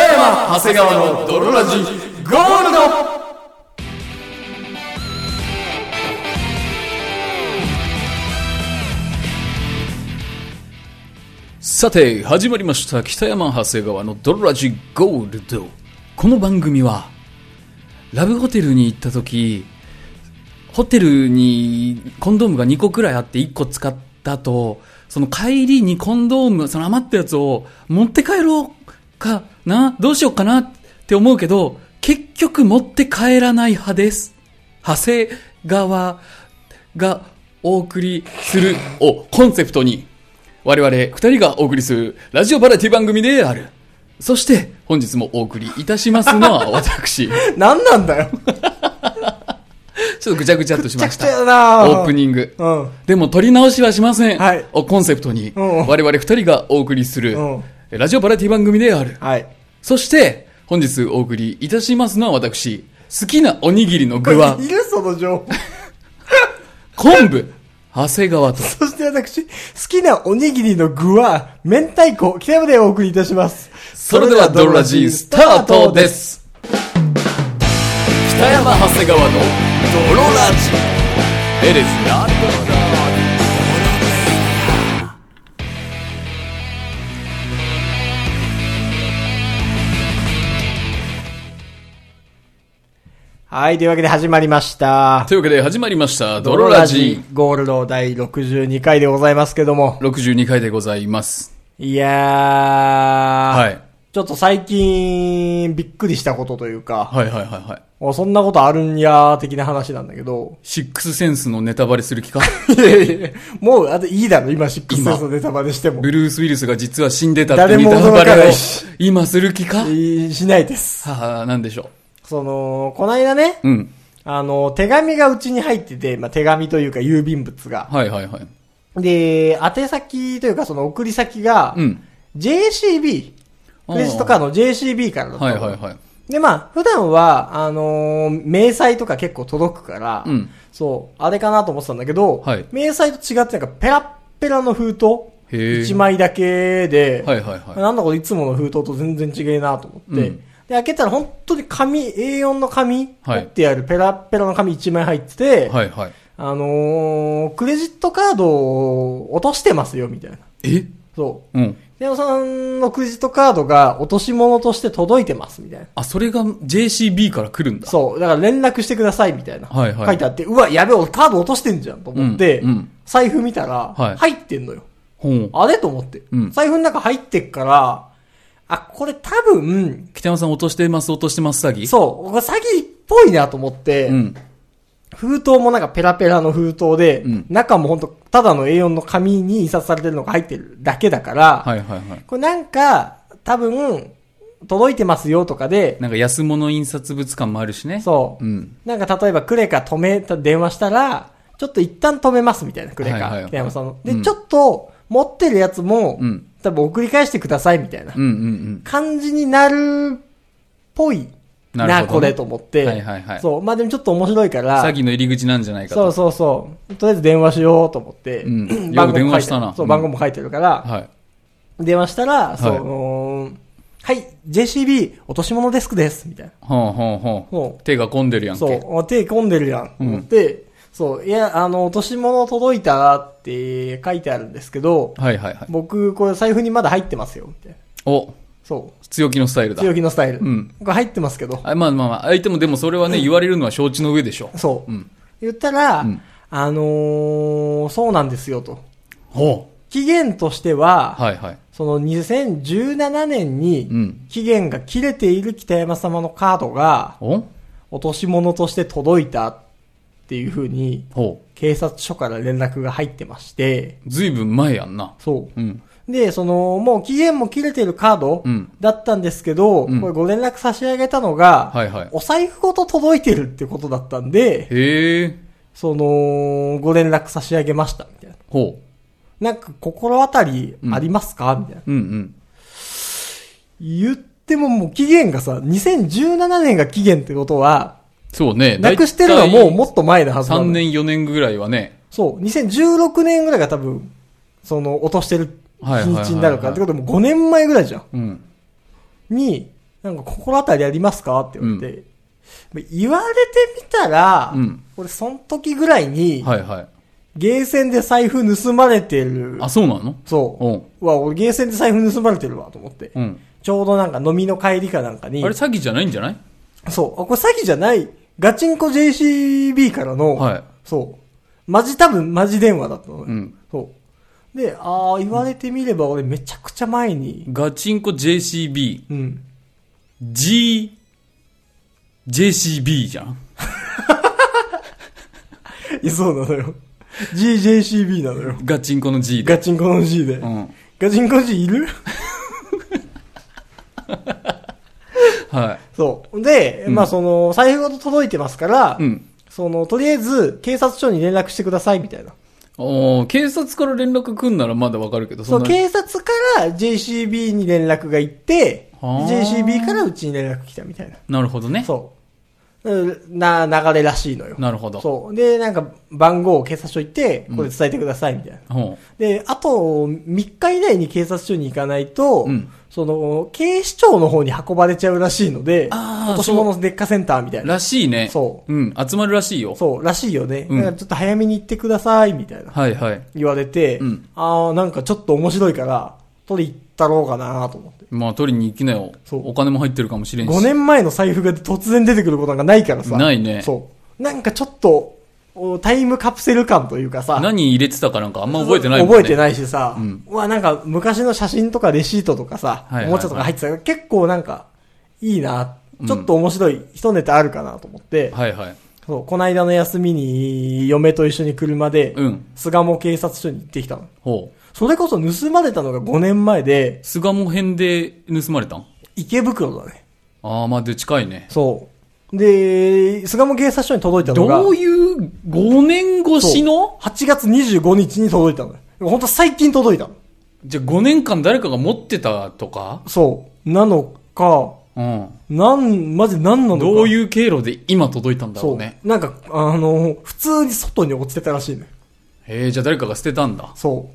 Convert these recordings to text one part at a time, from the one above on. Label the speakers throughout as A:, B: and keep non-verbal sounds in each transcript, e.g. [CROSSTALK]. A: 長谷川の泥ラジゴールドさて始まりました北山長谷川の泥ラジゴールドこの番組はラブホテルに行った時ホテルにコンドームが2個くらいあって1個使った後、その帰りにコンドーム、その余ったやつを持って帰ろうかな、どうしようかなって思うけど、結局持って帰らない派です。長谷川がお送りするをコンセプトに、我々二人がお送りするラジオバラエティ番組である。そして本日もお送りいたしますのは
B: [LAUGHS]
A: 私、ちょ
B: 何なんだよ。
A: っとぐちゃぐちゃっとし
B: めちゃ
A: ま
B: く
A: し
B: ちゃ
A: た。
B: だな
A: オープ
B: ン
A: ニング。
B: うん。
A: でも取り直しはしません、
B: はい
A: をコンセプトに
B: うん
A: 我々二人がお送りする
B: うん
A: ラジオバラエティ番組である
B: はい。
A: そして本日お送りいたしますのは私好きなおにぎりの具は
B: これいるその情報。
A: 昆布長谷川と
B: そして私、好きなおにぎりの具は、明太子、北山でお送りいたします。
A: それではドロラジースタートで。す北山長谷川のドロラジエレスな
B: はい、というわけで始まりました。
A: というわけで始まりましたドロラジ
B: ゴールド第62回でございますけども。
A: 62回でございます
B: いやー。
A: はい
B: ちょっと最近、びっくりしたことというか、
A: はいはいはいはい
B: おそんなことあるんやー的な話なんだけ
A: [LAUGHS]
B: ど、
A: シックスセンスのネタバレする気か
B: いやいやもう、あといいだろ、今、シックスセンスのネタバレしても。
A: ブルース・ウィルスが実は死んでたって
B: 誰
A: ネ
B: も
A: タ
B: 驚
A: バ
B: かない
A: レを
B: し
A: 今する気か
B: えーしないです。
A: さあ、なんでしょ
B: その、こないだね、
A: う。うん。
B: あの、手紙がうちに入ってて、まあ、手紙というか郵便物が。
A: はいはいはい。
B: で、宛先というかその送り先が、
A: うん。
B: JCB、
A: あー
B: クレジットカードの JCB からだったの
A: はいはいはい。
B: で、まあ、普段は、あのー明細とか結構届くから、
A: うん
B: そう、あれかなと思ってたんだけど、
A: はい
B: 明細と違ってなんかペラッペラの封筒、
A: へえ
B: 1枚だけで、
A: はいはいはい。
B: なんだこれいつもの封筒と全然違えなと思って、
A: うん
B: で、開けたら本当に紙、A4 の紙、
A: はい
B: 持ってあるペラッペラの紙1枚入ってて、
A: はいはい。
B: あのー、クレジットカードを落としてますよ、みたいな。
A: え
B: そう。
A: うん。
B: 平野さんのクレジットカードが落とし物として届いてます、みたいな。
A: あ、それが JCB から来るんだ。
B: そう。だから連絡してください、みたいな。
A: はいはい
B: 書いてあって、うわ、やべえ、俺カード落としてんじゃん、と思って、
A: うんうん
B: 財布見たら、
A: はい
B: 入ってんのよ。
A: ほう。
B: あれと思って、
A: うん
B: 財布の中入ってっから、あ、これ多分、
A: 北山さん落としてます、落としてます詐欺
B: そう、これ詐欺っぽいなと思って、
A: ん。
B: 封筒もなんかペラペラの封筒で、
A: うん
B: 中もほんと、ただの A4 の紙に印刷されてるのが入ってるだけだから、
A: はいはいはい。
B: これなんか、多分、届いてますよとかで、
A: なんか安物印刷物館もあるしね。
B: そう、
A: うん。
B: なんか例えばクレカ止めた電話したら、ちょっと一旦止めますみたいな、クレカ。
A: はいはいはい
B: 北山さんの。で、
A: うん
B: ちょっと、持ってるやつも、
A: うん
B: 多分送り返してくださいみたいな
A: うんうんうん。
B: 感じになるっぽいな、
A: なるほ
B: こ
A: どね
B: れと思って。
A: はいはいはい
B: そう。まあでもちょっと面白いから。
A: 詐欺の入り口なんじゃないか
B: そう
A: と。
B: そうそう。とりあえず電話しようと思って。
A: うんよく
B: 番号も
A: 電話
B: 書いて
A: したな
B: そうう、
A: ん
B: 番号も書いてるから、
A: はい。
B: 電話したら、
A: い
B: その、はい、JCB 落とし物デスクです、みたいな。
A: ほうほうほ
B: そう
A: う。手が込んでるやんけ。
B: そう、手込んでるやん、と
A: うん
B: 思って、そう、いや、あの、落とし物届いたらって書いてあるんですけど、
A: はいはいはい。
B: 僕、これ財布にまだ入ってますよ、みたいな。
A: お、
B: そ
A: 強気のスタイル
B: う、
A: だ。
B: 強気のスタイル。
A: うん
B: これ入ってますけど、
A: あまあまあまあ、相手もでもそれはね、言われるのは承知の上でしょ。
B: そう。
A: うん
B: 言ったら、
A: うん
B: あのーそうなんですよ、と。
A: ほ
B: 期限としては、
A: はいはい。
B: その2017年
A: う
B: に
A: ん
B: 期限が切れている北山様のカードが
A: お
B: 落とし物として届いたっていうふうに
A: ほ
B: 警察署から連絡が入ってまして、
A: う。ずいぶん前やんな。
B: そ
A: うん。
B: う。で、その、もう期限も切れてるカード
A: うん
B: だったんですけど、
A: うん
B: これご連絡差し上げたのが、
A: はいはい
B: お財布ごと届いてるってことだったんで、
A: へえ。
B: その、ご連絡差し上げました、みたいな。
A: ほ
B: なんか心当たりありますか、みたいな。
A: う。うんうん。
B: 言ってももう期限がさ、2017年が期限ってことは、
A: そうね。
B: なくしてるのはもうも
A: っ
B: っと前のはずなの
A: 3年4年ぐらいはね。
B: そう、2016年ぐらいが多分、その、落としてる日
A: はいはいはい
B: に
A: はい
B: ちになるから、ってことはもう5年前ぐらいじゃん。
A: うん。
B: に、なんか心当たりありますかって言われて、まあ言われてみたら、
A: うん
B: 俺その時ぐらいに、
A: はいはい。
B: ゲーセンで財布盗まれてる
A: あ、。そうなの
B: そう。
A: う
B: うわ、俺ゲーセンで財布盗まれてるわと思って。
A: ん。うん。
B: ちょうどなんか飲みの帰りかなんかに
A: あれ、詐欺じゃないんじゃない
B: そう、あこれ詐欺じゃない、ガチンコ JCB からの、
A: はい
B: そう、マジ多分マジ電話だったのね、
A: うん
B: そう。で、ああ、言われてみれば俺めちゃくちゃ前に、
A: ガチンコ JCB。
B: うん。
A: G、JCB じゃん。
B: いや、そうなのよ。GJCB なのよ。
A: ガチンコの G で。
B: ガチンコの G で。
A: うん。
B: ガチンコの G いる
A: は
B: そう。で、
A: うん
B: まあその、財布ごと届いてますから、
A: い。うん。
B: その、とりあえず、警察署に連絡してください、みたいな。
A: おー警察から連絡来んならまだわかるけど、
B: そ
A: ん
B: う、
A: な
B: 警察から JCB に連絡が行って、
A: はー
B: JCB からうちに連絡来たみたいな。
A: なるほどね。
B: そう。うんな、流れらしいのよ。
A: なるほど。
B: そう。で、なんか、番号を警察署行って、これ伝えてください、みたいな。
A: ほ
B: で、あと、3日以内に警察署に行かないと、
A: うん
B: その、警視庁の方に運ばれちゃうらしいので、
A: あー。
B: 落とし物劣化センターみたいうな。
A: らしいね。。
B: そう
A: うん、集まるらしいよ。
B: そう、らしいよね。
A: うん
B: だからちょっと早めに行ってください、みたいな。
A: はいはい。
B: 言われて、
A: うん
B: ああなんかちょっと面白いから、取り行ったろうかなと思って。
A: まあ、取りに行きなよ。
B: そう
A: お金も入ってるかもしれんし。
B: 5年前の財布が突然出てくることなんかないからさ。
A: ないね
B: そう。なんかちょっと、おタイムカプセル感というかさ。
A: 何入れてたかなんかあんま覚えてないもんね。
B: 覚えてないしさ。う
A: うん
B: わ、なんか昔の写真とかレシートとか
A: は
B: さ、
A: いはいはい
B: おもちゃとか入ってたから結構なんか、いいな。ちょっと面白い、一ネタあるかなと思って、
A: はいはい。
B: そう、この間の休みに嫁と一緒に車で、
A: うん。
B: 巣鴨警察署に行ってきたの。
A: ほう。
B: それこそ盗まれたのが5年前で、
A: 巣鴨編で盗まれたん
B: 池袋だね。
A: ああ、まあ、で、近いね。
B: そう。で、巣鴨警察署に届いたのが、
A: どういう5年越しの
B: ?8 月25日に届いたのよ。本当最近届いたの。
A: じゃあ5年間誰かが持ってたとか
B: そう。なのか、
A: うん。
B: なん、マジ何なのか。
A: どう
B: う
A: いう経路で今届いたんだろ
B: そうう
A: ね。。
B: なんか、あの、普通に外に落ちてたらしいのよ。
A: へえ、じゃあ誰かが捨てたんだ。
B: そ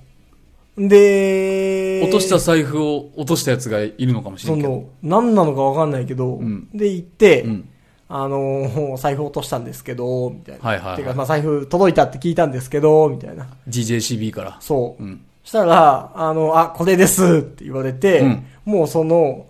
B: う。で、
A: 落とした財布を落としたやつがいるのかもしれ
B: そ
A: んけど。
B: の、何なのかわかんないけど、
A: ん
B: で、行って、
A: うん。
B: あの [LAUGHS] ー財布落としたんですけど、みたいな。
A: はいはいはい
B: てか、まあ、財布届いたって聞いたんですけど、みたいな。
A: GJCB から。
B: そう。
A: うん。
B: したら、あの、あ、これですって言われて、
A: うん
B: もうその、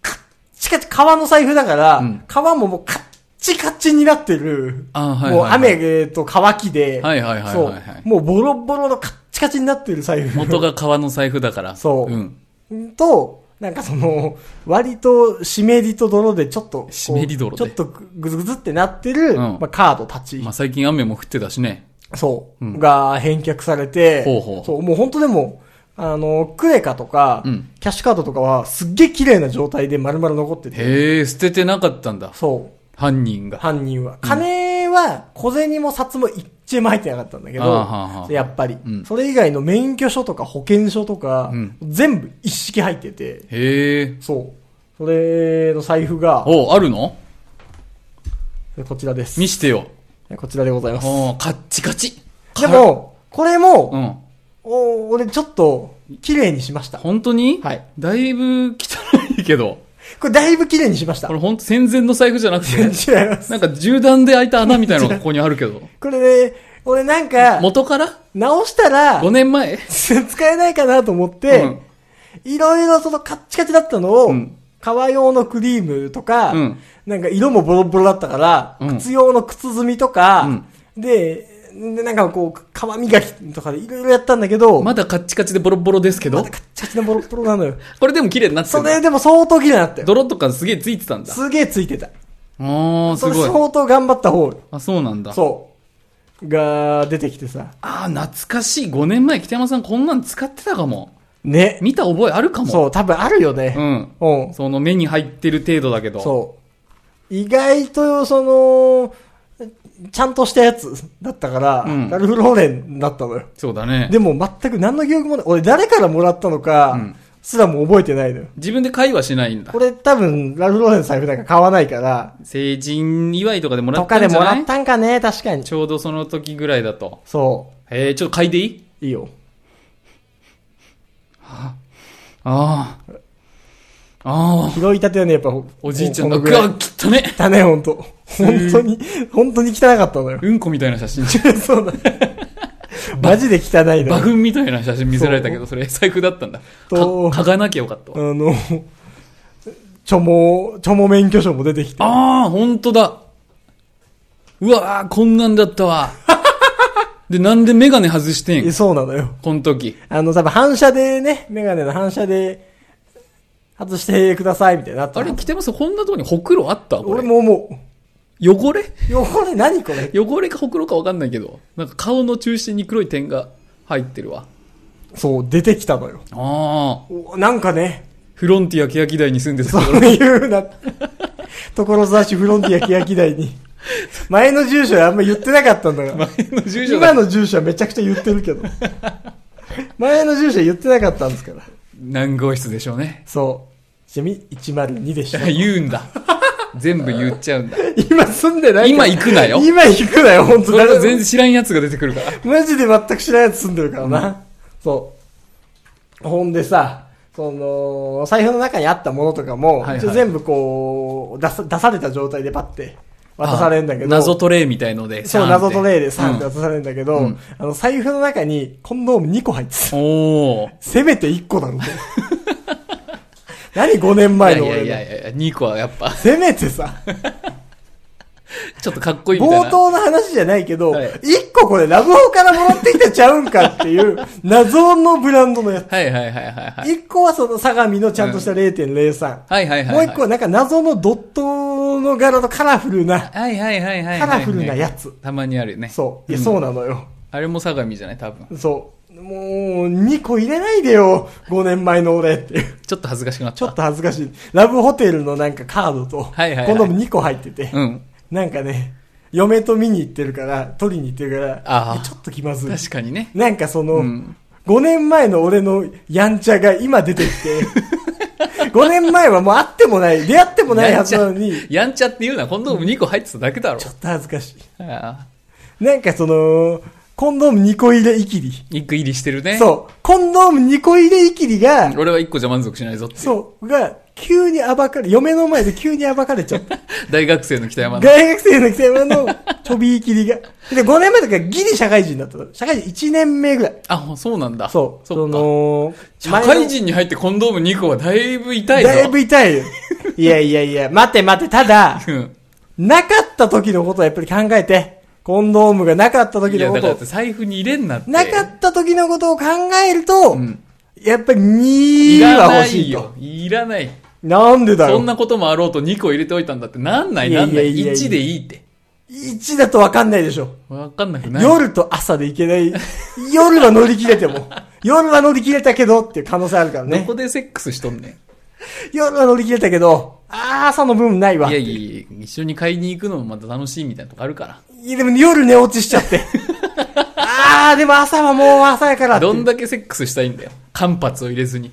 B: カッチカチ、革の財布だから、
A: うん
B: 革ももうカッチカチになってる。
A: あーはいはいはい
B: もう雨と乾きで、
A: はいはいはいはいはい
B: そう。もうボロボロのカッチカチになってる財布。
A: 元が革の財布だから。
B: そう
A: うん。
B: と、なんかその、割と湿りと泥でちょっとこう、
A: 湿り泥で
B: ちょっとぐずぐずってなってる、
A: ん
B: まあ、カードたち。
A: まあ、最近雨も降ってたしね。
B: そう、
A: うん
B: が返却されて、
A: ほうほう
B: そう、もう本当でも、あの、クレカとか、
A: うん
B: キャッシュカードとかは、すっげえ綺麗な状態で丸々残ってて、
A: へえ、捨ててなかったんだ。
B: そう、
A: 犯人が。
B: 犯人は。金は、小銭も札も一円も入ってなかったんだけど、
A: あーはーはー
B: やっぱり、
A: うん
B: それ以外の免許証とか保険証とか、
A: うん
B: 全部一式入ってて、
A: へえ。
B: そう、それの財布が、
A: おうあるの
B: こちらです。
A: 見してよ。
B: こちらでございます。
A: おうカッチカチ。
B: でも、これも、
A: うん。
B: お俺ちょっと、綺麗にしました。
A: 本当に
B: はい。
A: だいぶ汚いけど。
B: これだいぶ綺麗にしました
A: こ。れ本当戦前の財布じゃなく
B: [LAUGHS]
A: て、
B: 違います。
A: なんか銃弾で開いた穴みたいなのがここにあるけど。
B: これね、俺なんか、
A: 元から
B: 直したら
A: ?5、年前
B: 使えないかなと思って、いろいろそのカッチカチだったのを、
A: うん
B: 革用のクリームとか、
A: うん
B: なんか色もボロボロだったから、
A: うん
B: 靴用の靴積みとか、で、でなんかこう、皮磨きとかでいろいろやったんだけど、
A: まだカッチカチでボロボロですけ
B: ま
A: ど
B: だ、カッチカチのボロボロなのよ。
A: これでも綺麗になって
B: そ
A: る
B: れでも相当綺麗になったよ。
A: 泥とかすげえついてたんだ。
B: すげえついてた。
A: ああ、す
B: それ
A: ごい。
B: 相当頑張った方よ
A: あ、そうなんだ。
B: そう。が、出てきてさ。
A: ああ、懐かしい。5年前、北山さんこんなん使ってたかも。
B: ね。
A: 見た覚えあるかも。
B: そう、多分あるよね。
A: うん。
B: うん。
A: その目に入ってる程度だけど。
B: そう。意外と、その、ちゃんとしたやつだったから、
A: うん
B: ラルフ・ローレンだったのよ。
A: そうだね。
B: でも全く何の記憶もない。俺誰からもらったの
A: う
B: か
A: ん、
B: すらも覚えてないのよ。
A: 自分で会話しないんだ
B: こ。れ多分、ラルフ・ローレンの財布なんか買わないから、
A: 成人祝いとかでもら
B: と
A: った
B: かで
A: んじゃ
B: も
A: ない
B: らったんかね、確かに。
A: ちょうどその時ぐらいだと。
B: そ。
A: えー、ちょっと嗅いでいいう
B: いいよ。
A: ああ。ああ、
B: 拾いたてはね、やっぱ、
A: おじいちゃんの、
B: こ
A: う
B: ぐらい
A: わ、汚ね
B: 汚ね、ほんと。本当に、本当に汚かったのよ。 [LAUGHS]
A: うんこみたいな写真、 [LAUGHS]
B: そうだ。マジで汚いの
A: バ
B: よ。
A: フンみたいな写真見せられたけど、それ財布だったんだ。か
B: と
A: 書かなきゃよかった
B: あ
A: わ。
B: の、ちょも、ちょも免許証も出てきて。
A: ああ、本当だ。うわーこんなんだった
B: [LAUGHS]
A: わ。で、なんでメガネ外して
B: え
A: ん
B: そうなのよ。
A: この時。
B: あの、多分反射でね、メガネの反射で、外してください、みたいになった
A: あ
B: の
A: れ着てますこんなとこにほくろあったこ
B: 俺
A: れ。
B: も思
A: 汚れ
B: う。汚れ何これ
A: 汚れかほくろかわかんないけど、なんか顔の中心に黒い点が入ってるわ。
B: そう、出てきたのよ。
A: ああ。
B: おなんかね、
A: フロンティア欅台に住んでた
B: そう
A: ところ。
B: いうな、所沢市フロンティア欅台に。前の住所はあんま言ってなかったんだから。
A: 前 [LAUGHS] の住所
B: 今
A: だ。
B: の住所はめちゃくちゃ言ってるけど。前の住所は言ってなかったんですから。
A: 何号室でしょうね。
B: そう。ちなみに102でした。
A: 言うんだ。全部言っちゃうんだ。
B: 今住んでないか
A: 今
B: ら
A: 行くなよ
B: 今行くなよ、本当
A: それは全然知らんやつが出てくるから。
B: マジで全く知らないやつ住んでるからな。そう。ほんでさ、その、財布の中にあったものとかも、
A: はいはい
B: 一応全部こう、出さ、出された状態でパッて渡されるんだけど。
A: あ謎トレイみたいので。
B: そう、謎トレイで
A: さ
B: さ、渡されるんだけど、
A: うん
B: あの、財布の中にコンドーム2個入ってた。
A: おー。
B: せめて1個だろ
A: [LAUGHS]
B: うと。何5年前の
A: いや
B: 俺の。
A: いやいやいや、2個はやっぱ、 [LAUGHS]
B: せめてさ、
A: ちょっとかっこいいみたいな。
B: 冒頭の話じゃないけど、
A: はい
B: 1個これラブホからもらってきたちゃうんかって
A: [LAUGHS]
B: いう、謎のブランドのやつ。
A: はいはいはいはいはい。
B: 一個はその相模のちゃんとした0.03。
A: はいはいはいはい。
B: もう一個はなんか謎のドットの柄のカラフルな。
A: はいはいはいはいはい。
B: カラフルなやつ
A: たまにあるよね。
B: そう。いや、
A: ん
B: そうなのよ。
A: あれも相模じゃない多分。
B: そう。もう、2個入れないでよ。5年前の俺って
A: [LAUGHS]
B: いう。
A: ちょっと恥ずかしくなった。
B: ちょっと恥ずかしい。ラブホテルのなんかカードと、
A: はいはいはい
B: 今度も2個入ってて、
A: うん。
B: なんかね、嫁と見に行ってるから、取りに行ってるから、
A: あー
B: いやちょっと気まずい。
A: 確かにね。
B: なんかその、
A: うん
B: 5年前の俺のやんちゃが今出てき
A: [LAUGHS]
B: て、5年前はもう会ってもない、出会ってもないはずなのに、
A: やんちゃって言うな、コンドーム2個入ってただけだろ
B: ちょ。っと恥ずかし
A: ああ
B: い。なんかその、コンドーム2個入れイキリ。
A: 肉入りしてるね。
B: そう。コンドーム2個入れイキリが、
A: 俺は1個じゃ満足しないぞっていう。
B: そう、が、急に暴かれ、嫁の前で急に暴かれち
A: [LAUGHS]
B: ゃった。
A: 大学生の北山の。
B: 大学生の北山のちょびイキリが。で、5年前とかギリ社会人だったの。社会人1年目ぐらい。
A: あ、そうなんだ。
B: そう。
A: そっか。
B: の、
A: 社会人に入ってコンドーム2個はだいぶ痛いぞ。
B: だいぶ痛いよ。いやいやいや、待て待て、ただ、
A: うん。
B: なかった時のことはやっぱり考えて、コンドームがなかった時
A: いや、
B: のこ
A: だから
B: と、
A: 財布に入れんなって。
B: なかった時のことを考えると、
A: ん
B: やっぱり
A: い
B: 2
A: ら
B: は
A: な
B: 欲し
A: い
B: いと
A: よ。。いらない。
B: なんでだろ。
A: そうんなこともあろうと2個入れておいたんだってなんない
B: いや
A: ないんな
B: や
A: い
B: や
A: い。
B: いや
A: 1でいいって。
B: 1だとわかんないでしょ。
A: わかんなくない。
B: 夜と朝でいけない。夜は乗り切れても。夜は乗り切れたけどっていう可能性あるから
A: ど
B: ね
A: こ。でセックスしとんねん。
B: 夜は乗り切れたけど、あー朝の分ないわ。
A: いやいや一緒に買いに行くのもまた楽しいみたいなとこあるか
B: いやでも夜寝落ちしち
A: [LAUGHS]
B: ゃって。あー、でも朝はもう朝やか
A: ら。
B: らって
A: どんだけセックスしたいんだよ。間髪を入れずに。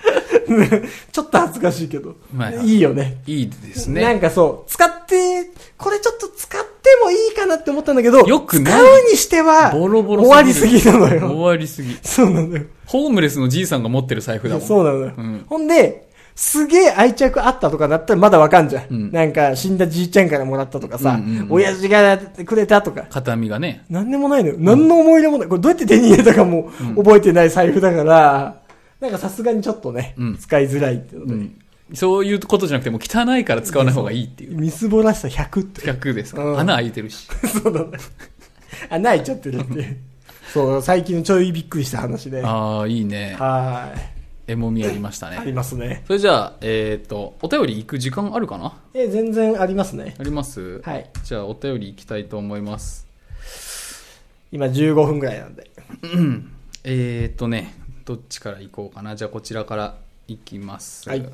B: [LAUGHS] ちょっと恥ずかしいけど。
A: まあ
B: いいよね。
A: いいです
B: な
A: ね。
B: んかそう、使って、これちょっと使ってもいいかなって思ったんだけど、
A: よくない
B: 使うにしては、
A: ボロボロ
B: 終わりす
A: る
B: ぎなの
A: 終
B: よ。
A: わりすぎ。
B: そうなのよ。
A: ホームレスのじいさんが持ってる財布だもん。
B: そうなのよ。
A: うん
B: ほんで、すげえ愛着あったとかだったらまだわかんじゃん。
A: うん
B: なんか、死んだじいちゃんからもらったとかさ、
A: うんうんうん
B: 親父がくれたとか。
A: 片身がね。
B: なんでもないのよ。なんの思い出もない。これどうやって手に入れたかも覚えてない財布だから、なんかさすがにちょっとね、
A: うん
B: 使いづらいっていうの
A: う
B: で、
A: ん。そういうことじゃなくてもう汚いから使わない方がいいっていう。
B: みすぼらしさ100って。
A: 100ですから
B: うん
A: 穴開いてるし。
B: そうだね。穴開いちゃってるっていう。そう、最近のちょいびっくりした話で。は
A: ああ、いいね。
B: ーい。
A: えもみありました
B: あり
A: ね。
B: ますね。
A: それじゃあ、えっ、と、お便り行く時間あるかな
B: え、全然ありますね。
A: あります
B: はい。
A: じゃあ、お便り行きたいと思います。
B: 今15分ぐらいなんで。
A: えー、っとね、どっちから行こうかな。じゃあ、こちらから行きます。
B: はい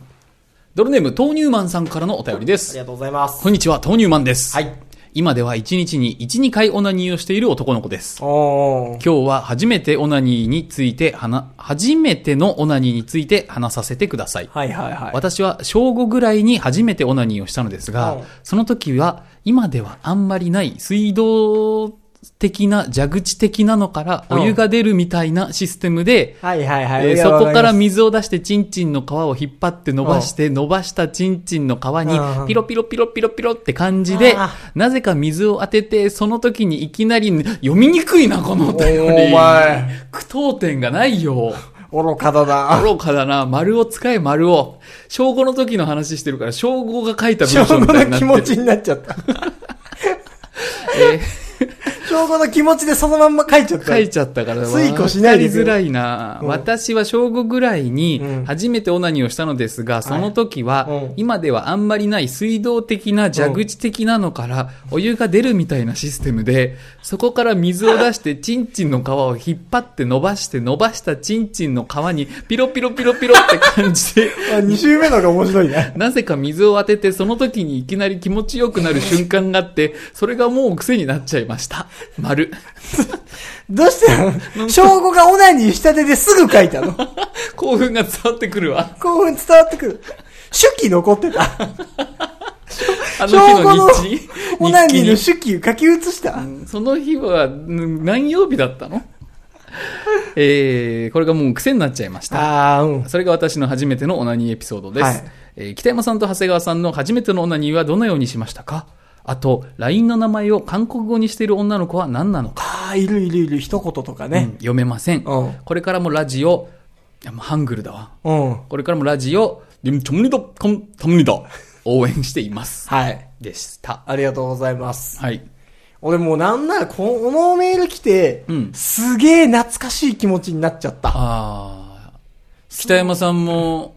A: ドルネーム、豆乳マンさんからのお便りで
B: あ
A: す
B: り。がとうございます。
A: こんにちは、豆乳マンです。
B: はい。
A: 今では1日に1、2回オナニーをしている男の子です。
B: おー。
A: 今日は初めてオナニーについて話、初めてのオナニーについて話させてください。
B: はいはいはい。
A: 私は小5ぐらいに初めてオナニーをしたのですが、
B: うん
A: その時は今ではあんまりない水道的な、蛇口的なのからお湯が出るみたいなシステムで、
B: はいはいは
A: えー
B: い。
A: そこから
B: 見
A: 水を出して、チンチンの皮を引っ張って伸ばして、伸ばしたチンチンの皮
B: うんうん
A: に、ピロピロピロピロピロって感じで
B: あ、
A: なぜか水を当てて、その時にいきなり、読みにくいな、このお
B: お
A: 便り。
B: お前、
A: 句読点がないよ。
B: 愚かだ [LAUGHS] な。
A: 愚かだな。丸を使え、丸を。小5の時の話してるから、小5が書いた
B: 小
A: 文章みたいになっ
B: 5の気
A: てる。
B: 持ちになっちゃった。
A: えー
B: 小5の気 [LAUGHS] 持ちでそのまんま書いちゃった。
A: 書いちゃったから、
B: 推敲しないで
A: わか
B: く
A: り
B: れ
A: づらいな、
B: うん
A: 私は正午ぐらい
B: うん
A: に初めてオナニーをしたのですが、その時は
B: うん、
A: 今ではあんまりない水道的な蛇口的なのから、お湯が出るみたいなシステムで、そこから水を出して、チンチンの皮を引っ張って伸ばして、伸ばしたチンチンの皮に、ピロピロピロピロって感じで、
B: あ二週目のが面白いね。
A: なぜか水を当てて、その時にいきなり気持ちよくなる瞬間があって、それがもう癖になっちゃいました。丸。
B: [LAUGHS] どう [LAUGHS] してなの小5がオナニーしたてですぐ書いたの。
A: 興奮が伝わってくるわ。
B: [LAUGHS] 興奮伝わってくる。手記残ってた。
A: あの日の日記
B: オナニーの
A: 日
B: 手記書き写した。
A: 記にその日はん何曜日だったのえー、これがもう癖になっちゃいました。
B: ああ、うん。
A: それが私の初めてのオナニーエピソードです。
B: はい
A: えー北山さんと長谷川さんの初めてのオナニーはどのようにしましたかあと、LINE の名前を韓国語にしている女の子は何なのか、
B: ああ、いるいるいる、一言とか
A: うん
B: ね。
A: 読めません。
B: うん
A: これからもラジオ、いやもうハングルだわ。
B: うん。
A: これからもラジオ、でも、ちょむりだ、かん、たむりだ、応援しています。
B: はい。
A: でした。
B: ありがとうございます。
A: はい。
B: 俺もうなんならこのメール来て、
A: うん
B: すげえ懐かしい気持ちになっちゃった。
A: ああ。北山さんも、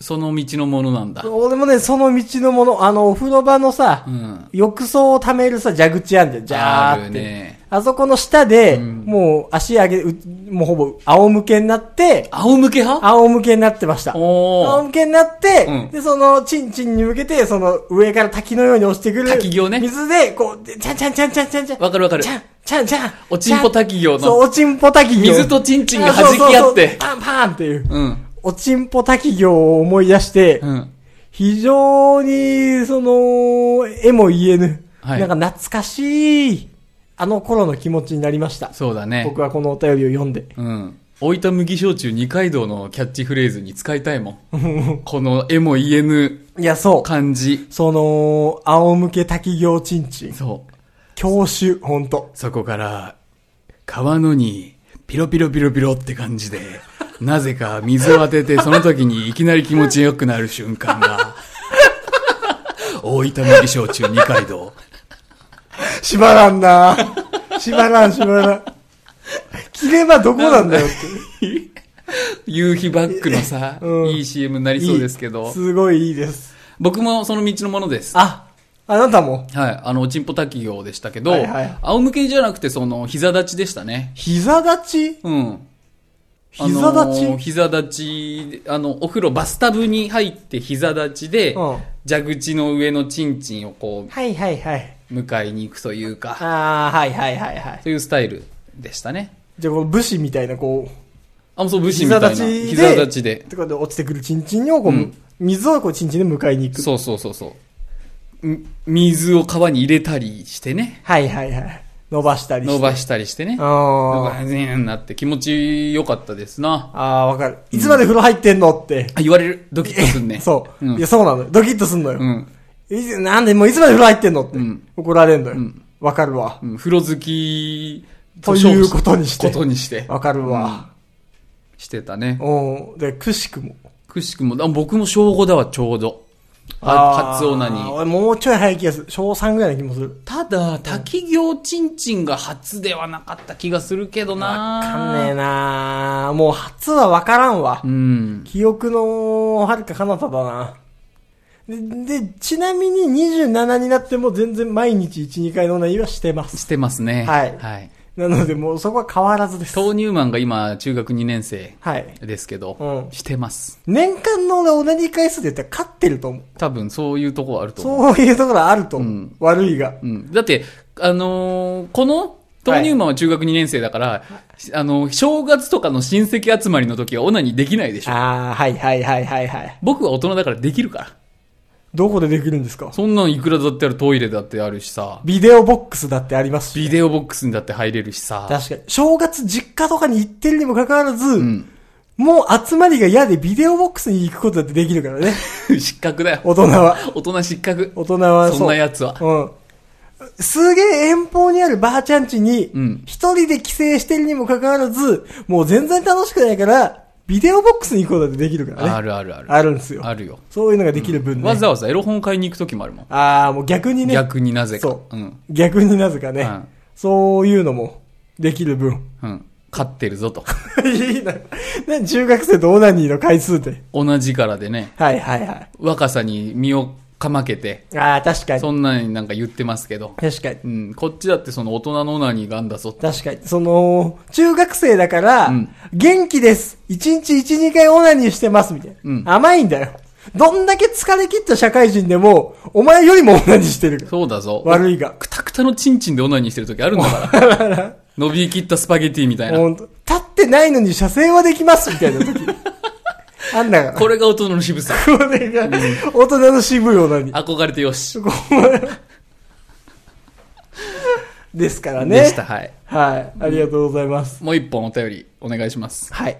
A: その道のものなんだ。
B: 俺もね、その道のもの、あの、お風呂場のさ、
A: うん。
B: 浴槽を溜めるさ、蛇口あんじゃん、ジャー
A: あ
B: っ
A: る
B: て。
A: ね。
B: あそこの下で、
A: うん
B: もう足上げ、うもうほぼ仰向けになって、
A: 仰向け派
B: 仰向けになってました。
A: お
B: 仰
A: ー。
B: 向けになって、
A: うん
B: で、その、チンチンに向けて、その、上から滝のように落ちてくる。
A: 滝行ね
B: 水で、こう、でちゃんちゃんちゃんちゃんちゃんちゃん。
A: わかるわかる
B: ち。ゃん、ちゃんちゃん。
A: おちんぽ
B: ちゃん
A: 滝行
B: そう、
A: の、
B: おちんぽ滝行。
A: 水とちんちんが弾き合っ
B: あそうそうそう
A: て。
B: パンパンっていう。
A: うん。
B: おちんぽ滝行を思い出して、
A: うん。
B: 非常に、その、絵も言えぬ。
A: はい
B: なんか懐かしい、あの頃の気持ちになりました。
A: そうだね
B: 僕。はこのお便りを読んで。
A: うん。置いた麦焼酎二階堂のキャッチフレーズに使いたいも
B: [LAUGHS]
A: ん。この絵も言えぬ
B: いや、そう。
A: 感じ。
B: その、仰向け滝行ちんちん。
A: そう。
B: 教習、ほんと。
A: そこから、川のに、ピロピロピロピロって感じで、なぜか水を当てて、その時にいきなり気持ちよくなる瞬間が、大分麦焼酎二階堂。
B: 縛らんな [LAUGHS] 縛らん、縛らん。切ればどこなんだよっ
A: 夕日バックのさ、
B: うん
A: いい CM にな
B: て。
A: り [LAUGHS] そうですけど
B: いい、すごいいいです。
A: 僕もその道のものです。
B: あ、あなたも。
A: はい、あの、おちんぽ滝行でしたけど、
B: はいはい
A: 仰向けじゃなくて、その、膝立ちでしたね。
B: 膝立ち
A: うん。
B: 膝立ち、
A: あのー膝立ち、あの、お風呂、バスタブに入って膝立ちで、
B: うん
A: 蛇口の上のチンチンをこ
B: はいはいはい。
A: う、迎えに行くというか、
B: ああ、はいはいはいはい。
A: というスタイルでしたね。
B: じゃあこの武士みたいな、こう、
A: あ、もうそう、武士みたいな。
B: 膝立ちで
A: 膝立ちで。
B: とかで落ちてくるチンチンを、こう、
A: うん
B: 水をこう、チンチンで迎えに行く。
A: そうそうそうそう。ん水を川に入れたりしてね。
B: はいはいはい。伸ばしたりして。
A: 伸ばしたりしてね。
B: あー
A: バズーンなって気持ちよかったですな。
B: あー、わかる。いつまで風呂入ってんのって。
A: あ言われる。ドキッとすんね。
B: そう、
A: うん
B: いや、そうなのよ。ドキッとすんのよ。
A: うん。
B: いつなんで、もういつまで風呂入ってんのって、
A: うん
B: 怒られんのよ
A: ん。
B: わ、かるわ。
A: うん。風呂好き
B: ということにして
A: ことにして。
B: わかるわ。
A: してたね。
B: おうん。で、くしくも。
A: くしくも、あ僕も小5だわ、ちょうど。
B: ー
A: あ初オナニー。
B: 俺もうちょい早い気がする。小3ぐらいな気もする。
A: ただ、滝行ちんちんが初ではなかった気がするけどな
B: わかんねえなーもう初はわからんわ。
A: うん。
B: 記憶の遥か彼方だな。で、でちなみに27になっても全然毎日1、2回のオナニーはしてます。
A: してますね。
B: はい
A: はい。
B: なのでもうそこは変わらずです。
A: 豆乳マンが今、中学2年生
B: はい。
A: ですけど
B: う、ん
A: してます。
B: 年間のオナニー回数で言ったら勝ってると思う。
A: 多分、そういうとこあると思う。
B: そういうところあると思う。
A: うん
B: 悪いが。
A: うん。だって、あのーこの、豆乳マンは中学2年生だから、あの、正月とかの親戚集まりの時はオナニーできないでしょ。
B: ああ、はいはいはいはいはい。
A: 僕は大人だからできるから。
B: どこでできるんですか
A: そんなんいくらだってあるトイレだってあるしさ、
B: ビデオボックスだってありますし。
A: ビデオボックスにだって入れるしさ、
B: 確かに。正月実家とかに行ってるにもかかわらず、
A: うん。
B: もう集まりが嫌でビデオボックスに行くことだってでき
A: [LAUGHS]
B: るからね。
A: 失格だよ。
B: 大人は。
A: 大人失格。
B: 大人はそう。
A: そんなやつは。
B: うん。すげえ遠方にあるばあちゃん家に
A: うん、
B: 一人で帰省してるにもかかわらず、もう全然楽しくないから、ビデオボックスに行くことだってできるから
A: あ
B: ね。
A: るあるある。
B: あるんですよ。
A: あるよ。
B: そういうのができる分ね。
A: わざわざエロ本買いに行くときもあるもん。
B: ああ、もう逆にね。
A: 逆になぜか。
B: そう
A: うん。
B: 逆になぜかね、
A: うん
B: そういうのもできる分。 [LAUGHS]
A: うん。勝ってるぞと。
B: いいな。ね、中学生とオナニーの回数で。
A: 同じからでね、
B: はいはいは
A: 若さに身をかまけて、
B: い。ああ、確かに。
A: そんなになんか言ってますけど。
B: 確かに。
A: うん。こっちだってその大人のオナニーがあんだぞって。
B: 確かに。その、中学生だから、
A: うん
B: 元気です。1日1、2回オナニーしてます、みたいな、
A: うん
B: 甘いんだよ。どんだけ疲れ切った社会人でも、お前よりもオナニーしてるから。
A: そうだぞ。
B: 悪いが。
A: くたくたのチンチンでオナニーしてる時あるんだから。
B: [LAUGHS]
A: 伸びきったスパゲティみたいな。
B: ほんと立ってないのに射精はできます、みた
A: [LAUGHS]
B: いな時。あんだから。
A: これが大人の渋さ。
B: これが、大人の渋いオナニー。
A: 憧れてよし。
B: こうですからね。
A: でした、はい。
B: はい。ありがとうございます。
A: もう一本お便りお願いします。
B: はい。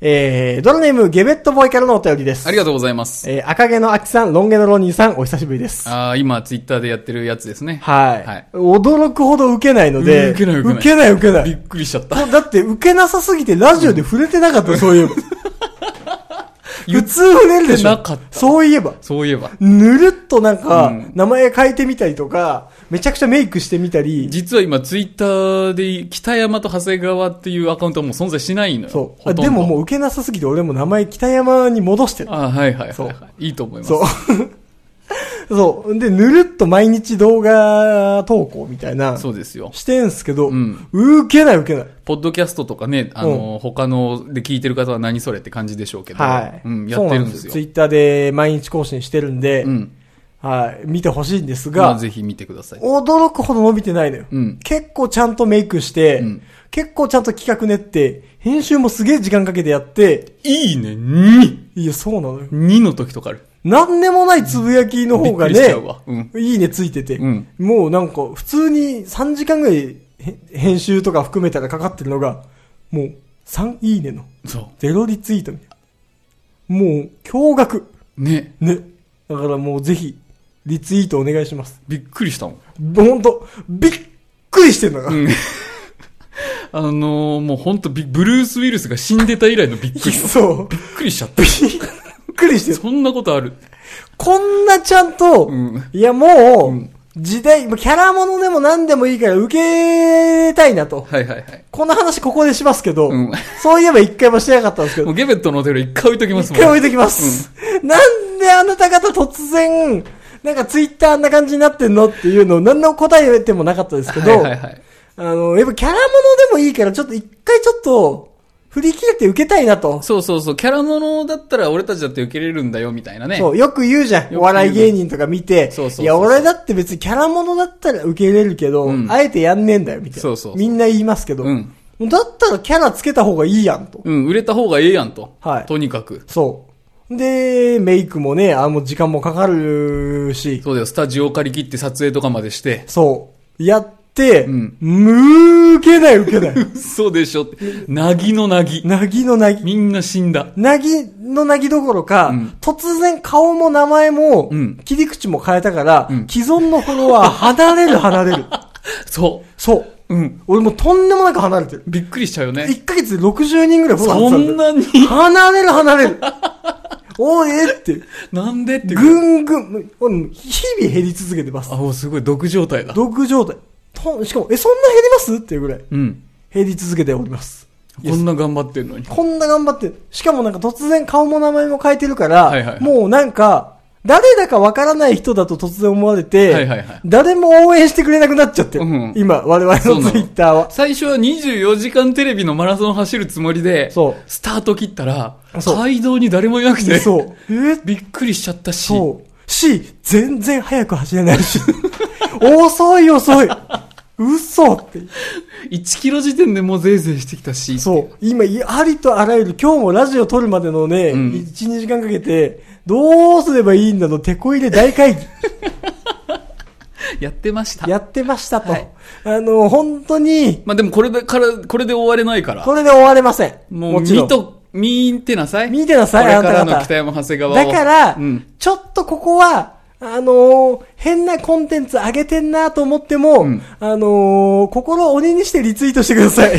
B: えー、ドラネーム、ゲベットボーイからのお便りです。
A: ありがとうございます。
B: えー、赤毛のアキさん、ロン毛のロニーさん、お久しぶりです。
A: ああ、今ツイッターでやってるやつですね。
B: はい、
A: はい
B: 驚くほど受けないので、
A: うん受けない受けない
B: 受けない受けない
A: びっくりしちゃった。
B: もうだって受けなさすぎてラジオで触れてなか [LAUGHS] った、そういえば。普通触れるでしょ。
A: 言ってなかった
B: そういえば。
A: そういえば。
B: ぬるっとなんか、
A: うん
B: 名前変えてみたりとか、めちゃくちゃメイクしてみたり、
A: 実は今ツイッターで北山と長谷川っていうアカウントはもう存在しないのよ。
B: そ
A: ほ
B: う。
A: と
B: あ
A: んど
B: でももう受けなさすぎて俺も名前北山に戻してる。
A: あはいはいはい
B: そ
A: は
B: う
A: い。いいと思います。
B: そう。 [LAUGHS] そう。で、ぬるっと毎日動画投稿みたいな、
A: そうですよ。
B: してんすけど、
A: うん
B: 受けない受けない。
A: ポッドキャストとかね、あの、他ので聞いてる方は何それって感じでしょうけど、
B: はい。
A: うん、やってるんですよ。
B: ツイッターで毎日更新してるんで、
A: うん。
B: はい。見てほしいんです
A: まあ
B: が、
A: ぜひ見てください。
B: 驚くほど伸びてないのよ。
A: うん。
B: 結構ちゃんとメイクして、
A: うん
B: 結構ちゃんと企画練って、編集もすげえ時間かけてやって、
A: いいね、2!2
B: いや、そうなのよ。
A: の時とかある。
B: なんでもないつぶやきの
A: びっ
B: 方
A: く
B: が
A: りしち
B: ね
A: ゃう、わ。うん。
B: いいねついてて、
A: うん
B: もうなんか普通に3時間ぐらいへ編集とか含めたらかかってるのが、もう3いいねの
A: そ
B: ゼロリツイートみたいな。もう驚愕。
A: う。ね。
B: ね。だからもうぜひ、リツイートお願いします。
A: びっくりしたもん。
B: ほんと、びっくりしてんだから。
A: うん。 [LAUGHS] あのー、もうほんとび、ブルース・ウィルスが死んでた以来のびっくり。びっ
B: そう。
A: くりしちゃった。
B: びっくりしてる。
A: そんなことある。
B: こんなちゃんと、
A: うん。
B: いやもう、
A: うん
B: 時代、キャラものでも何でもいいから受けたいなと。
A: はいはいはい。
B: この話ここでしますけど、
A: うん
B: そういえば一回もしてなかったんですけ
A: も
B: ど
A: う、ゲベットのお手入れ一回置いときますも
B: 一
A: ん。
B: 回置いときます。なんであなた方突然、なんかツイッターあんな感じになってんのっていうのを何の答えてもなかったですけど、
A: はいはいはい。
B: あの、やっぱキャラものでもいいから、ちょっと一回ちょっと、振り切れて受けたいなと。
A: そうそうそう、キャラものだったら俺たちだって受けれるんだよみたいなね。
B: そう、よく言うじゃん。
A: 言う
B: お笑い芸人とか見て
A: そうそうそう、そう
B: いや、俺だって別にキャラものだったら受け入れるけど、
A: うん
B: あえてやんねえんだよ、みたいな。
A: そうそうそう
B: みんな言いますけど、
A: うん
B: だったらキャラつけた方がいいやんと。
A: うん、売れた方がええやんと。
B: はい
A: とにかく。
B: そう。で、メイクもね、あもう時間もかかるし、
A: そうだよ、スタジオ借り切って撮影とかまでして。
B: そう。やって、
A: うん
B: むーけない受けない。
A: 嘘でしょって。なぎのなぎ。
B: [LAUGHS] なぎのなぎ。
A: みんな死んだ。
B: なぎのなぎどころか、
A: うん
B: 突然顔も名前も、
A: うん
B: 切り口も変えたから、
A: うん
B: 既存のフォロ
A: [LAUGHS]
B: ワー離れる離れる。
A: そ
B: そう。
A: う。うん。
B: 俺もうとんでもなく離れてる。
A: びっくりしちゃうよね。
B: 1ヶ月で60人ぐらいフォロワー
A: そ
B: され
A: ん
B: てる。
A: なに、
B: 離れる離れる。おいえって。
A: なんでって
B: ぐんぐん、もう日々減り続けてます
A: あ、。もうすごい、毒状態だ。
B: 毒状態。としかも、え、そんな減りますっていうぐらい
A: うん。
B: 減り続けております。
A: こんな頑張ってんのに。
B: こんな頑張って、しかもなんか突然顔も名前も変えてるから、
A: はいはいはい
B: もうなんか、誰だかわからない人だと突然思われて、
A: はいはいはい
B: 誰も応援してくれなくなっちゃってる、
A: うん
B: 今、我々
A: そうな
B: の
A: の
B: ツイッターは。
A: 最初は24時間テレビのマラソン走るつもりで、
B: そう
A: スタート切ったら、
B: そう
A: 街道に誰もいなくて、
B: そう。えー
A: びっくりしちゃったし、
B: そう。し、全然早く走れな
A: [LAUGHS]
B: いし。遅い遅い。嘘って。
A: 1キロ時点でもうぜいぜいしてきたし、
B: そう。今、いありとあらゆる、今日もラジオ撮るまでのね、
A: うん
B: 1、2時間かけて、どうすればいいんだの、手こ入れ
A: [LAUGHS]
B: 大会議。
A: やってました。
B: やってましたと。
A: はい
B: あの、本当に、
A: まあでもこれでから、これで終われないから。
B: これで終われません。
A: も
B: も
A: う
B: ちろん
A: 見と、見てなさい。
B: 見てなさい
A: これから
B: あなた
A: の
B: 方
A: 北山長谷川を。
B: だから、
A: うん。
B: ちょっとここは、あのー変なコンテンツ上げてんなと思っても、
A: うん
B: あのー心を鬼にしてリツイートしてください。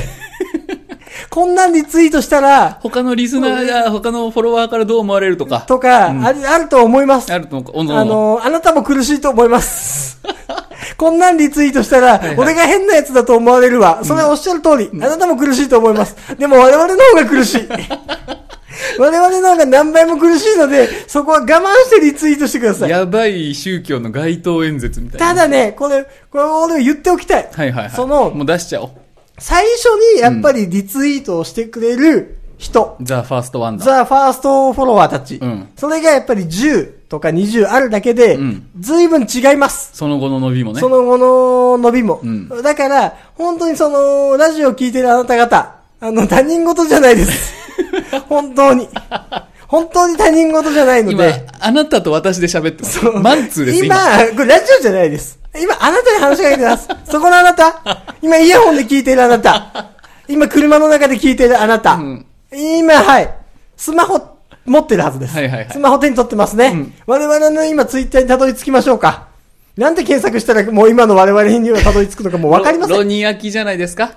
A: [LAUGHS]
B: こんなんリツイートしたら、
A: 他のリスナーや他のフォロワーからどう思われるとか、
B: とか、あるあると思います。
A: あると思う、おの
B: あのーあなたも苦しいと思います。 [LAUGHS] こんなんリツイートしたら、
A: いはい
B: 俺が変なやつだと思われるわ。それはおっしゃる通り、あなたも苦しいと思います。でも我々の方が苦
A: [LAUGHS]
B: しい。我々の方が何倍も苦しいので、そこは我慢してリツイートしてください。
A: やばい宗教の街頭演説みたいな。
B: ただね、これ、これ俺言っておきたい。
A: はいはいはい。
B: その、
A: もう出しちゃおう。
B: 最初にやっぱりリツイートをしてくれる人、
A: ザ・ファーストワンダー。
B: ザ・ファーストフォロワーたち、
A: うん
B: それがやっぱり10とか20あるだけで、
A: うん
B: 随分違います。
A: その後の伸びもね
B: そ。の後の伸びも。
A: うん
B: だから、本当にその、ラジオ聞いてるあなた方、あの、他人事じゃな
A: [LAUGHS]
B: いです。本当に。本当に他人事じゃないの
A: 今
B: で。、
A: あなたと私で喋ってます。 [LAUGHS] マンツーです、
B: 今
A: 今。、
B: これラジオじゃないです。今、あなたに話しかけてます。そこのあなた。今、イヤホンで聞いてるあなた。今、車の中で聞いてるあなた。
A: うん
B: 今、はい。スマホ、持ってるはずです。
A: はいはいはい
B: スマホ手に取ってますね。
A: ん
B: 我々の今、ツイッターにたどり着きましょうか。なんで検索したら、もう今の我々にはたどり着くのかもうわかりません。
A: ロ
B: ロ
A: ロニー・アキじゃないですか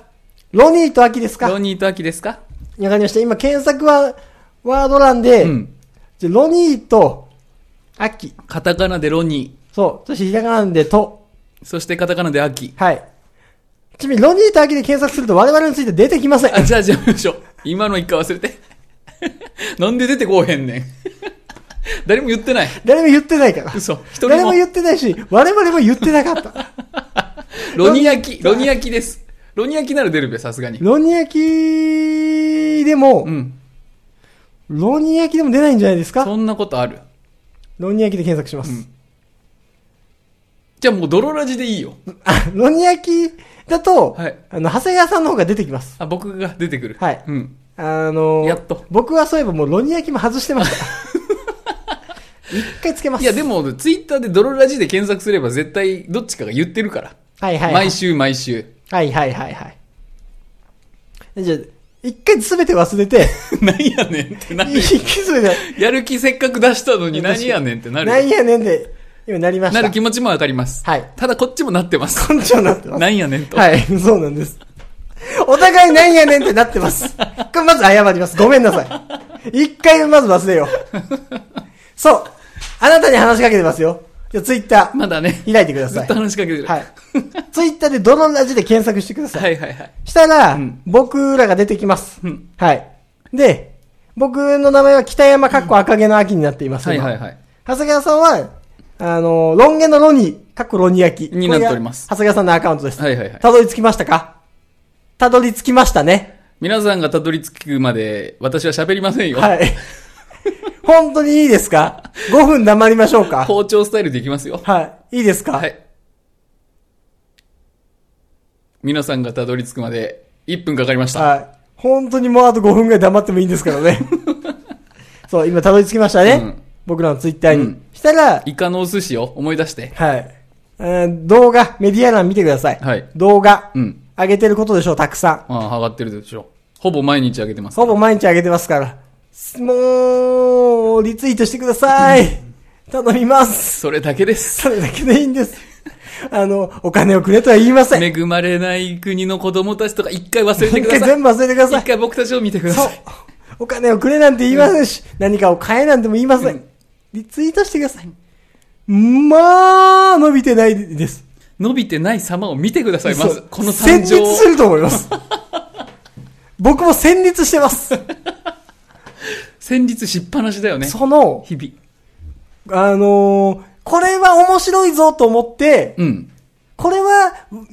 B: ニーとアキですか
A: ロニーとアキですか
B: わかりました。今、検索は、ワード欄で、
A: うん。
B: じゃロニーとアキ。
A: カタカナでロニ
B: そう。そして、ひらがなんでと。
A: ー。そしてカタカナでアキ。
B: はい。ちなみに、ロニーとアキで検索すると我々について出てきません。
A: あ、じゃあ、じゃあ、ましょう。今の一回忘れて。 [LAUGHS] なんで出てこうへんね [LAUGHS] ん。誰も言ってない。
B: 誰も言ってないから。
A: 嘘。一人
B: 誰も
A: も。
B: 言ってないし、我々も言ってなかった。
A: ロニー・アキ。ロニー・アキです。ロニー・アキなら出るべ、さすがに。
B: ロニーアキでも、
A: うん。
B: ロニーアキでも出ないんじゃないですか
A: そんなことある。
B: ロニーアキで検索します。
A: じゃあもう泥ラジでいいよ。
B: あ、ロニーアキだと、
A: はい
B: あの、長谷川さんの方が出てきます。
A: あ、僕が出てくる。
B: はい
A: うん。
B: あのー
A: やっと
B: 僕はそういえばもうロニーアキも外してま
A: [LAUGHS]
B: した。一回つけます。
A: いや、でも、ツイッターで泥ラジで検索すれば絶対どっちかが言ってるから。
B: はいはい、はい
A: 毎。週毎週。 [LAUGHS]
B: はいはいはいはい。じゃあ、一回全て忘れて、
A: なんやねんってなるよ。
B: 一回全て、
A: やる気せっかく出したのに何やねんってなるよ。
B: なんやねんで、今なりました。
A: なる気持ちもわかります。
B: はい。
A: ただこっちもなってます。
B: 根性になってま
A: [LAUGHS]
B: す。
A: なんやねんと。
B: はい、そうなんです。お互いなんやねんってなってます。これまず謝ります。ごめんなさい。一回まず忘れよう。そう。あなたに話しかけてますよ。じゃあツイッタ
A: まだね。
B: ー、開いてくだ
A: ず
B: さ
A: っ
B: い
A: と。話しかけてる。
B: はい。ツイッターでドロラジで検索してくださ
A: [LAUGHS]
B: い。
A: はいはいはい。
B: したら、
A: ん
B: 僕らが出てきます。
A: うん
B: はい。で、僕の名前は北山かっこ赤毛の秋になっています。
A: はい
B: 今
A: はいはい。
B: 長谷川さんは、あの、ロン毛のロニー、かっこロニ焼き。
A: になっております
B: これが長谷川さんのアカウントです。
A: はいはいはい。
B: たどり着きましたかたどり着きましたね。
A: 皆さんがたどり着くまで私は喋りませんよ。
B: はい。 [LAUGHS] 本当にいいですか ?5 分黙りましょうか
A: 包丁スタイルでいきますよ。
B: はい。いいですか
A: はい。皆さんがたどり着くまで1分かかりました。
B: はい。本当にもうあと5分ぐらい黙ってもいいんですか
A: [LAUGHS]
B: らね。そう、今たどり着きましたね。
A: うん
B: 僕らのツイッターに。
A: うん
B: したら、
A: イカのお寿司を思い出して。
B: はい。えー動画、メディア欄見てください。
A: はい
B: 動画、
A: うん。
B: 上げてることでしょう、たくさん。
A: ああ、上がってるでしょ。ほぼ毎日上げてます。
B: ほぼ毎日上げてますから。もう、リツイートしてください。頼みます。
A: それだけです。
B: それだけでいいんです。あの、お金をくれとは言いません。
A: 恵まれない国の子供たちとか一回忘れて
B: 一
A: くだ
B: 回
A: さい。
B: 全部忘れてくださ
A: 一
B: い。
A: 回僕たちを見てくだ
B: そう
A: さい。。
B: お金をくれなんて言いませんし、何かを買えなんても言いません。リツイートしてください。まあ、伸びてないです。
A: 伸びてない様を見てください、ま
B: そ
A: ず
B: う。
A: この
B: 戦
A: 惨
B: 慄
A: 状を。
B: すると思
A: [LAUGHS]
B: います。僕も戦慄してます。
A: 戦慄しっぱなしだよね。
B: その、
A: 日々。
B: あのーこれは面白いぞと思って、
A: うん。
B: これは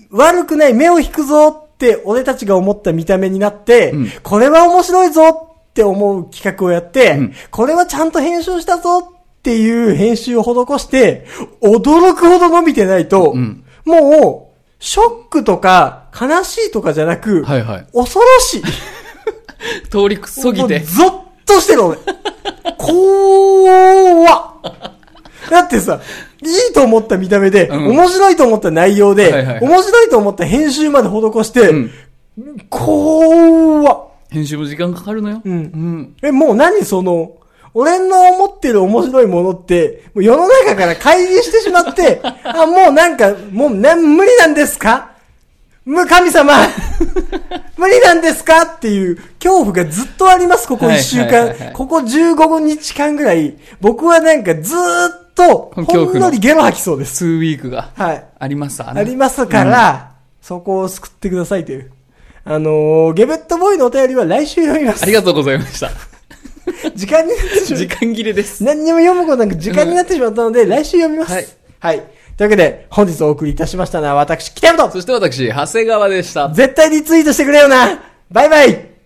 B: 悪くない、目を引くぞって俺たちが思った見た目になって、
A: うん
B: これは面白いぞって思う企画をやって、
A: うん
B: これはちゃんと編集したぞっていう編集を施して、驚くほど伸びてないと、
A: うん
B: もう、ショックとか悲しいとかじゃなく、
A: はいはい。
B: 恐ろしい。
A: 通りくそぎ
B: もう
A: て。
B: ゾッ倒して
A: [LAUGHS]
B: る俺。怖っだってさ、いいと思った見た目で、
A: うん
B: 面白いと思った内容で、
A: はいはいはい
B: 面白いと思った編集まで施して、
A: ん
B: 怖っ
A: 編集も時間かかるのよ。
B: うん
A: うん。
B: え、もう何その、俺の思ってる面白いものって、もう世の中から乖離してしまって、あ、もうなんか、もうな、無理なんですかむ、神様 [LAUGHS] 無理なんですかっていう恐怖がずっとあります、ここ1週
A: はいはい
B: 間
A: はいは。い
B: ここ15日間ぐらい。僕はなんかずーっと、
A: この恐怖
B: ほ
A: の
B: んのりゲロ吐きそうです。
A: 2ウィークが
B: はい。
A: ありました、
B: ありますから、そこを救ってくださいという。あのー、ゲベットボーイのお便りは来週読みま
A: あ
B: す
A: り。がとうございました。
B: 時間になってしまう
A: 時間切れです。
B: 何にも読むことなく時間になってしまったので、来週読みます。は
A: はいい。
B: というわけで、本日お送りいたしましたのは私、北山と
A: そして私、長谷川でした。
B: 絶対リツイートしてくれよなバイバイ